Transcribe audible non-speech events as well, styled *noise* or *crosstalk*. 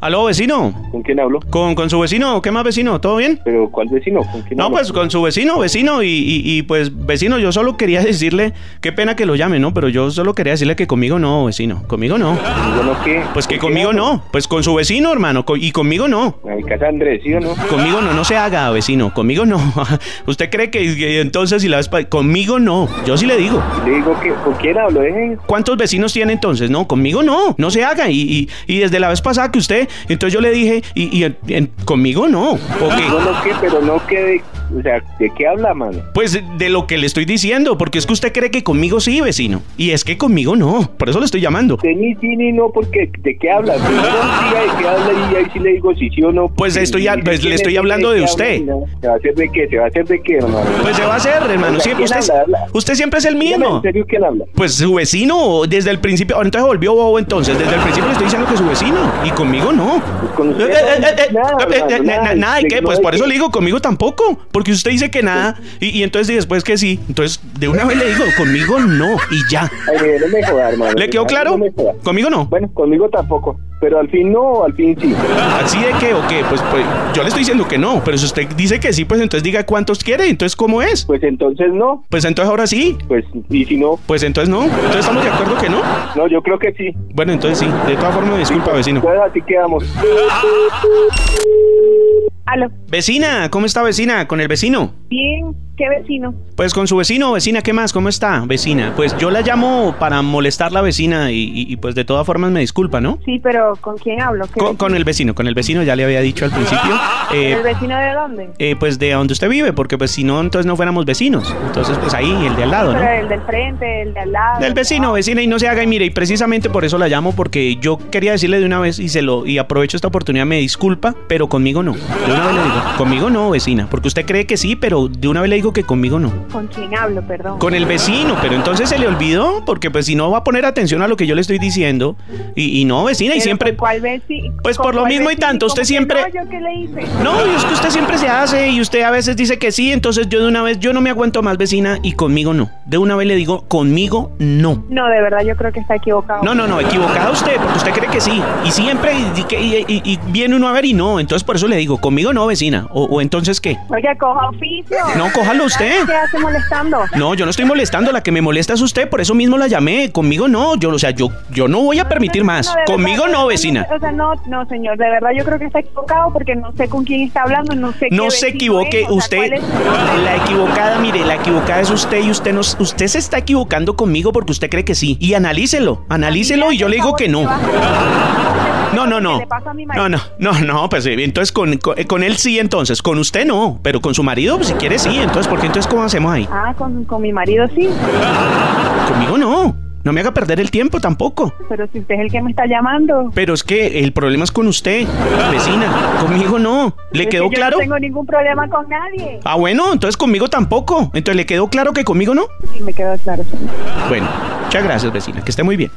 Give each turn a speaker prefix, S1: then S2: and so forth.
S1: Aló, vecino.
S2: ¿con quién hablo?
S1: ¿Con, con su vecino? ¿Qué más, vecino? ¿Todo bien?
S2: ¿Pero cuál vecino? ¿Con quién
S1: No,
S2: hablo?
S1: pues con su vecino, vecino. Y, y- y, pues, vecino, yo solo quería *laughs* decirle, qué pena que lo llame, ¿no? Pero yo solo quería decirle que conmigo no, vecino. Conmigo no.
S2: Yo no qué.
S1: Pues que
S2: ¿Con quién
S1: conmigo
S2: hablo?
S1: no. Pues con su vecino, hermano. co- y conmigo no.
S2: A mi casa Andrés, ¿sí o no?
S1: Conmigo no, no se haga, vecino. Conmigo no. *laughs* ¿Usted cree que que entonces si la vez pa- Conmigo no. Yo sí le digo.
S2: Le digo que, ¿con quién hablo? Eh?
S1: ¿Cuántos vecinos tiene entonces? No, conmigo no, no se haga. Y, y- y desde la vez pasada que usted, entonces yo le dije, y, y en- en- conmigo no. ¿O qué?
S2: Yo no qué, pero no qué, de- o sea, ¿de qué habla, mano?
S1: Pues de lo que le estoy diciendo, porque es que usted cree que conmigo sí, vecino. Y es que conmigo no, por eso le estoy llamando.
S2: De mí sí ni no, porque ¿de qué
S1: *laughs*
S2: habla? Si no diga de qué habla y ahí sí le digo si sí o no.
S1: Pues
S2: porque
S1: estoy
S2: si
S1: a-
S2: dice
S1: pues le
S2: quién
S1: estoy
S2: es,
S1: hablando de
S2: qué
S1: usted.
S2: habla, ¿no? ¿Se va a hacer de qué? ¿Se va a hacer de qué, hermano?
S1: Pues se va a hacer, hermano,
S2: Oiga,
S1: siempre
S2: ¿quién
S1: usted, es-
S2: habla? Habla.
S1: usted siempre es el
S2: Dígame,
S1: mismo.
S2: ¿En serio quién habla?
S1: Pues su vecino, desde el principio, ahora entonces volvió bobo entonces, desde el principio le estoy diciendo que su vecino, y conmigo no.
S2: con usted
S1: Eh, eh, eh, eh,
S2: nada,
S1: eh,
S2: Orlando,
S1: eh, na-
S2: nada,
S1: na- Nada, ¿y
S2: de-
S1: qué?
S2: no
S1: Pues
S2: de
S1: por eso
S2: que-
S1: le digo conmigo tampoco, porque usted dice que nada, y, y entonces y después que sí, entonces de una vez le digo, conmigo no, y ya.
S2: Ay, mire, no me joda, hermano.
S1: ¿Le quedó
S2: A mí
S1: claro?
S2: No me joda.
S1: Conmigo no.
S2: Bueno, conmigo tampoco, pero al fin no, al fin sí.
S1: ¿Así de qué o qué? Pues, pues yo le estoy diciendo que no, pero si usted dice que sí, pues entonces diga cuántos quiere, entonces cómo es.
S2: Pues entonces no,
S1: Pues entonces ahora sí,
S2: pues y si no,
S1: pues entonces no. Entonces estamos de acuerdo que no.
S2: no, yo creo que sí.
S1: Bueno, entonces sí, de todas formas, disculpa, vecino.
S2: Pues así quedamos.
S3: Aló.
S1: Vecina, ¿cómo está vecina? ¿Con el vecino?
S3: Bien, ¿qué vecino?
S1: Pues con su vecino, vecina, ¿qué más? ¿Cómo está, vecina? Pues yo la llamo para molestar la vecina y, y- y, pues de todas formas me disculpa, ¿no?
S3: Sí, pero ¿con quién hablo? ¿Qué
S1: Con, con el vecino, con el vecino ya le había dicho al principio.
S3: vecino?
S1: Eh,
S3: ¿El vecino de dónde?
S1: eh, pues de donde usted vive, porque pues si no, entonces no fuéramos vecinos. Entonces pues ahí, el de al lado, ¿no?
S3: Pero el del frente, el de al lado.
S1: Del vecino, vecina, y no se haga, y mire, y precisamente por eso la llamo, porque yo quería decirle de una vez, y se lo, y aprovecho esta oportunidad, me disculpa, pero conmigo no. De una vez le digo, conmigo no, vecina, porque usted cree que sí, pero de una vez le digo que conmigo no.
S3: ¿Con quién hablo, perdón?
S1: Con el vecino, pero entonces se le olvidó, porque pues si no va a poner atención a lo que yo le estoy diciendo, y, y no, vecina, y
S3: Pero
S1: siempre...
S3: ¿con ¿Cuál vecino?
S1: Pues por lo mismo y tanto, usted siempre-
S3: No, yo qué le hice.
S1: No, y es que usted siempre se hace y usted a veces dice que sí, entonces yo de una vez, yo no me aguanto más vecina y conmigo no. De una vez le digo, conmigo no.
S3: No, de verdad yo creo que está equivocado.
S1: No, no, no, equivocada usted, porque usted cree que sí. Y siempre, y, que- y- y- y viene uno a ver y no, entonces por eso le digo, conmigo no, vecina. O, o entonces qué.
S3: Oiga, coja oficio.
S1: No, cójalo usted.
S3: ¿Qué hace molestando?
S1: No, yo no estoy molestando, la que me molesta es usted, por eso mismo la llamé. Conmigo no, yo, o sea, yo, yo no voy a permitir más.
S3: No, de verdad,
S1: Conmigo
S3: de
S1: no,
S3: verdad,
S1: vecina.
S3: O sea, no, no, señor, de verdad yo creo que está equivocado porque no sé con quién está hablando, no sé
S1: No
S3: qué
S1: se
S3: vecino
S1: equivoque
S3: es, o sea,
S1: usted.
S3: cuál es su nombre.
S1: La equivocada, mire, la equivocada es usted y usted nos, usted se está equivocando conmigo porque usted cree que sí. Y analícelo, analícelo y yo le digo que no. No, no, no. No, no, no, no, pues eh, entonces con, con, eh, con él sí, entonces, con usted no, pero con su marido, pues, si quiere sí, entonces, ¿por qué entonces cómo hacemos ahí?
S3: Ah, con, con mi marido sí,
S1: Conmigo no, no me haga perder el tiempo tampoco.
S3: pero si usted es el que me está llamando.
S1: Pero es que el problema es con usted, vecina, conmigo no.
S3: Es
S1: ¿Le
S3: que
S1: quedó
S3: yo
S1: claro?
S3: No tengo ningún problema con nadie.
S1: Ah, bueno, entonces conmigo tampoco. Entonces, ¿le quedó claro que conmigo no?
S3: Sí, me quedó claro. señor.
S1: Bueno, muchas gracias, vecina, que esté muy bien.